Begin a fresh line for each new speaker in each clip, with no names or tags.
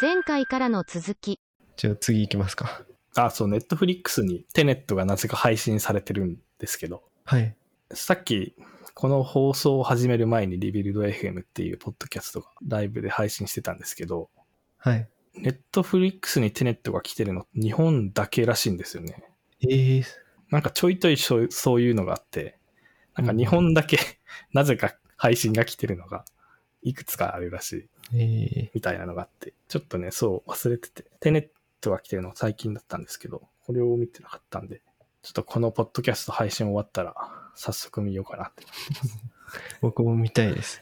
前回からの続き。
じゃあ次行きますか。
あ、そう、ネットフリックスにテネットがなぜか配信されてるんですけど、
はい。
さっき、この放送を始める前にリビルド FM っていうポッドキャストがライブで配信してたんですけど、
はい。
ネットフリックスにテネットが来てるの日本だけらしいんですよね。
ええ
なんかちょいちょいそうそういうのがあって、なんか日本だけ なぜか配信が来てるのがいくつかあるらしい
え
みたいなのがあって、ちょっとね、そう忘れてて、テネットが来てるの最近だったんですけど、これを見てなかったんで、ちょっとこのポッドキャスト配信終わったら早速見ようかなって
僕も見たいです。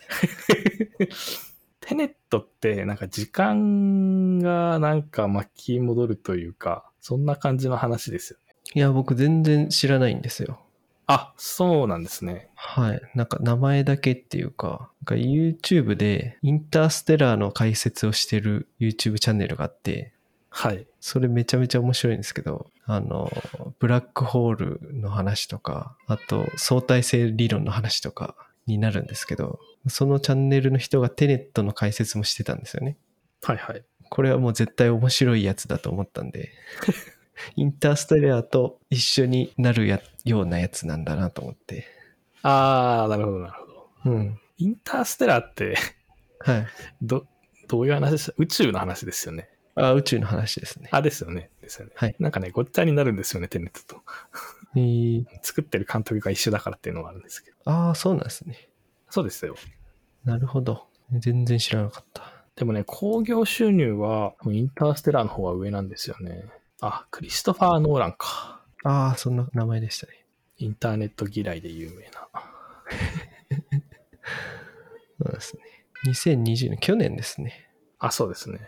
テネットってなんか時間がなんか巻き戻るというか、そんな感じの話ですよね。
いや、僕全然知らないんですよ。
あ、そうなんですね。
はい。なんか名前だけっていうか、なんか YouTube でインターステラーの解説をしてる YouTube チャンネルがあって、
はい。
それめちゃめちゃ面白いんですけど、あの、ブラックホールの話とか、あと相対性理論の話とかになるんですけど、そのチャンネルの人がテネットの解説もしてたんですよね。
はいはい。
これはもう絶対面白いやつだと思ったん でインターステレアと一緒になるやようなやつなんだなと思って
あー、なるほどなるほど。
うん
インターステラーって、
はい
ど、どういう話でした宇宙の話ですよね。
あ宇宙の話ですね
あ、ですよね。ですよね。
はい
なんかね、ごっちゃになるんですよね、テネットと。
えー
作ってる監督が一緒だからっていうのもあるんですけど。
ああそうなんですね
そうですよ。
なるほど全然知らなかった
でもね、興行収入は、インターステラーの方が上なんですよね。あ、クリストファー・ノーランか。
ああそんな名前でしたね
インターネット嫌いで有名な。
そうなんですね2020年去年ですね
あ、そうですね。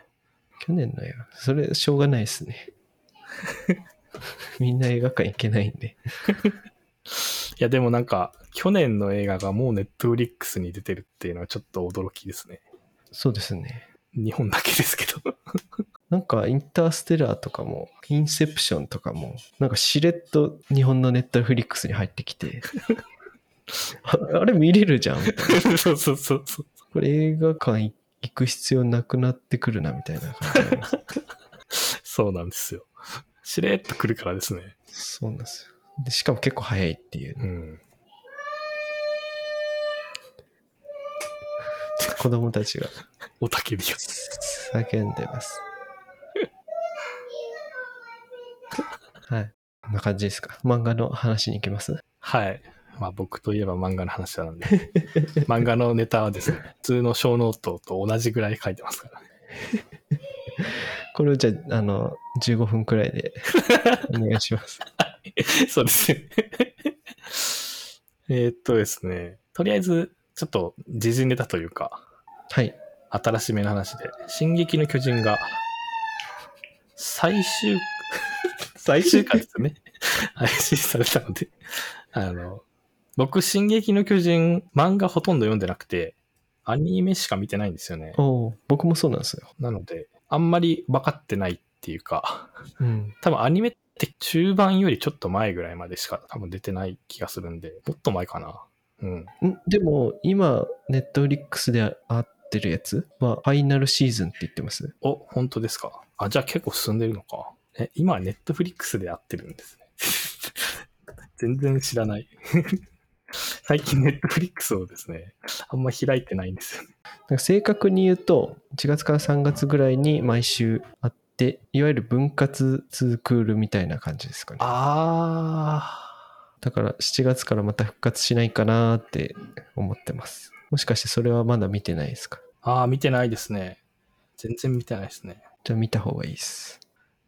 去年の映画それしょうがないですね みんな映画館行けないんで
いや、でもなんか、去年の映画がもうネットフリックスに出てるっていうのはちょっと驚きですね。
そうですね
日本だけですけど。
なんかインターステラーとかも、インセプションとかも、なんかしれっと日本のネットフリックスに入ってきて、ああれ見れるじゃん。
そうそうそうそう。
これ映画館い行く必要なくなってくるなみたいな感じになります。
そうなんですよ。しれっと来るからですね。
そうなんですよ。で、しかも結構早いっていう。
うん。
子供たちが
おたけびが。
叫んでます。はい。こんな感じですか。漫画の話に行きます。
はい。まあ僕といえば漫画の話なん で。漫画のネタはですね、普通の小ノートと同じぐらい書いてますからね。
これをじゃあ、あの、15分くらいでお願いします。
そうですね。 えーっとですね、とりあえず、ちょっと時事ネタというか、
はい。
新しめの話で、進撃の巨人が、最終、 最終 回ですよね。配信されたので、あの、僕、進撃の巨人、漫画ほとんど読んでなくて、アニメしか見てないんですよね。
おう僕もそうなんですよ。
なので、あんまり分かってないっていうか、
うん。
多分アニメって中盤よりちょっと前ぐらいまでしか多分出てない気がするんで、もっと前かな。うん。
んでも、今、ネットフリックスで合ってるやつは、ファイナルシーズンって言ってます。
お、本当ですか。あ、じゃあ結構進んでるのか。え、今、ネットフリックスでやってるんですね。 全然知らない。 最近、ネットフリックスをですね、あんま開いてないんですよね。
なんか正確に言うと、1月から3月ぐらいに毎週あって、いわゆる分割ツークールみたいな感じですかね。
あ
だから、7月からまた復活しないかなーって思ってます。もしかしてそれはまだ見てないですか
ー。ああ、見てないですね。全然見てないですね。
じゃあ見た方がいいです。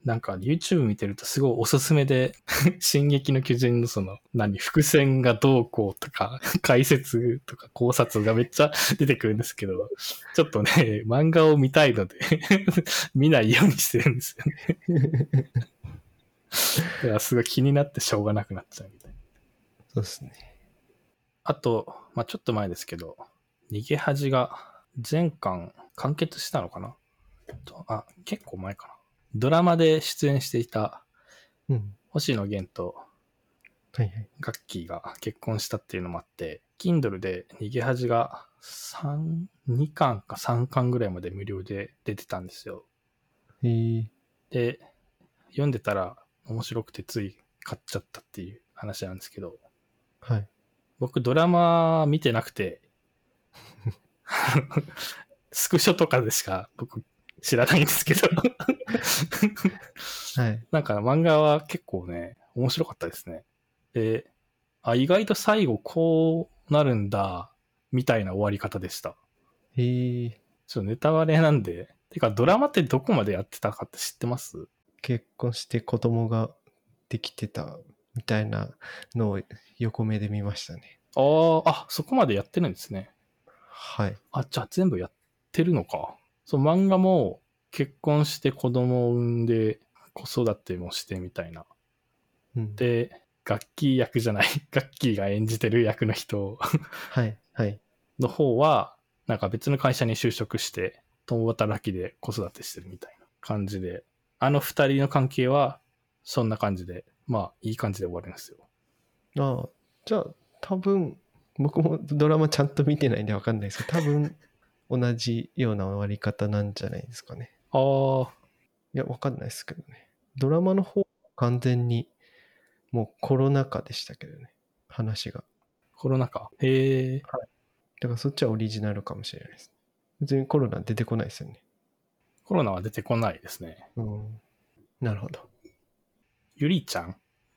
なんか YouTube 見てるとすごいおすすめで、 進撃の巨人のその、何、伏線がどうこうとか、 解説とか考察がめっちゃ出てくるんですけど、ちょっとね、漫画を見たいので、 見ないようにしてるんですよね。 だからすごい気になってしょうがなくなっちゃうみたいな。
そうですね。
あと、まあちょっと前ですけど、逃げ恥が全巻完結したのかなとあ、結構前かな。ドラマで出演していた
うん。
星野源と
はいはい。
ガッキーが結婚したっていうのもあって、Kindle で逃げ恥が3、2巻か3巻ぐらいまで無料で出てたんですよ。
えー、
で、読んでたら面白くてつい買っちゃったっていう話なんですけど、
はい。
僕ドラマ見てなくて、 スクショとかでしか僕知らないんですけど、
はい。
なんか漫画は結構ね、面白かったですね。で、あ、意外と最後こうなるんだ、みたいな終わり方でした。
えー、
ちょっとネタバレなんで。てか、ドラマってどこまでやってたかって知ってます
結婚して子供ができてたみたいなのを横目で見ましたね。
あーあ、そこまでやってるんですね。
はい。
あ、じゃあ全部やってるのか。そう、漫画も結婚して子供を産んで子育てもしてみたいな。
うん、
で、楽器役じゃない、 楽器が演じてる役の人
はい。はい。
の方は、なんか別の会社に就職して、共働きで子育てしてるみたいな感じで、あの二人の関係は、そんな感じで、まあ、いい感じで終わるんですよ。
ああ、じゃあ多分、僕もドラマちゃんと見てないんでわかんないですけど、多分同じような終わり方なんじゃないですかね。
ああ、
いや、わかんないですけどね。ドラマの方は完全にもうコロナ禍でしたけどね。話が。
コロナ禍。へえ。
だからそっちはオリジナルかもしれないです。別にコロナ出てこないですよね。
コロナは出てこないですね。
うん。なるほど。
ゆりちゃんっ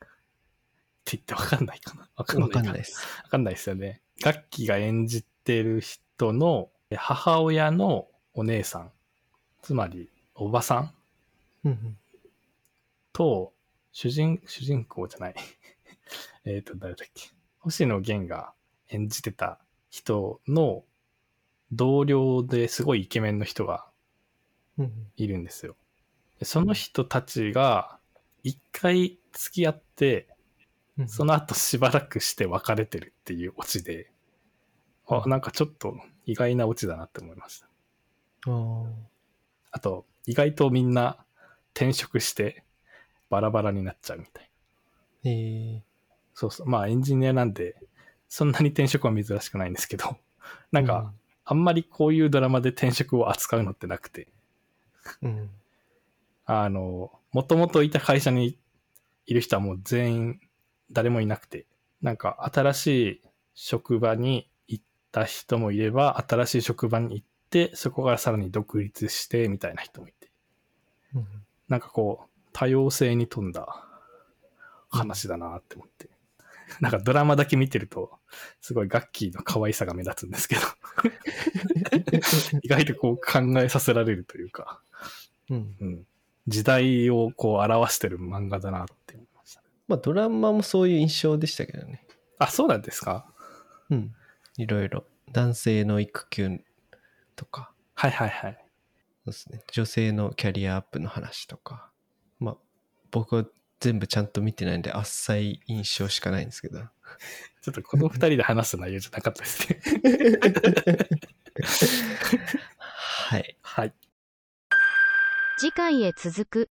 て言ってわかんないかな。わかんな
わ
いか
かん
な。
ないで
わ
す。
かんないですよね。ガッキーが演じてる人の母親のお姉さん、つまりおばさん
うんうん。
と、主人、主人公じゃない。 えっと、誰だっけ。星野源が演じてた人の同僚ですごいイケメンの人が
うんうん
いるんですよ。でその人たちが、一回付き合って、
うん
その後しばらくして別れてるっていうオチで、あ、なんかちょっと意外なオチだなって思いました。
あ
あと、意外とみんな転職してバラバラになっちゃうみたいな。
あ、ええ
そうそう。まあエンジニアなんで、そんなに転職は珍しくないんですけど、 なんか、あんまりこういうドラマで転職を扱うのってなくて、
うん、うん。
あの、もともといた会社にいる人はもう全員誰もいなくて、なんか新しい職場に行った人もいれば、新しい職場に行って、そこからさらに独立してみたいな人もいて、
うん
なんかこう、多様性に富んだ話だなって思って。 なんかドラマだけ見てると、すごいガッキーの可愛さが目立つんですけど、意外とこう考えさせられるというか。
うん、
うん、時代をこう表してる漫画だなって思いました。
まあドラマもそういう印象でしたけどね。
あ、そうなんですか
うん。いろいろ。男性の育休とか、
はいはいはい。
そうですね。女性のキャリアアップの話とか。まあ僕は全部ちゃんと見てないんで、あっさい印象しかないんですけど。
ちょっとこの二人で話す内容じゃなかったですね。
はい。
はい。
次回へ続く。